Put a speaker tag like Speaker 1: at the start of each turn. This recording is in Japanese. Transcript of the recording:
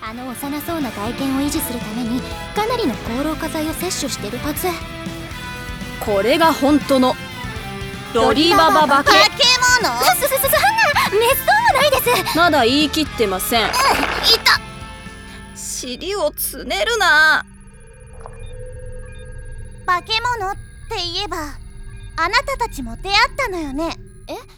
Speaker 1: あの幼そうな外見を維持するためにかなりの功労化剤を摂取してるはず
Speaker 2: これが本当のロリバババケ
Speaker 1: 物そそそそんな滅相もないです
Speaker 2: まだ言い切ってません
Speaker 1: いた
Speaker 2: 尻をつねるな
Speaker 3: 化け物って言えばあなたたちも出会ったのよね
Speaker 1: え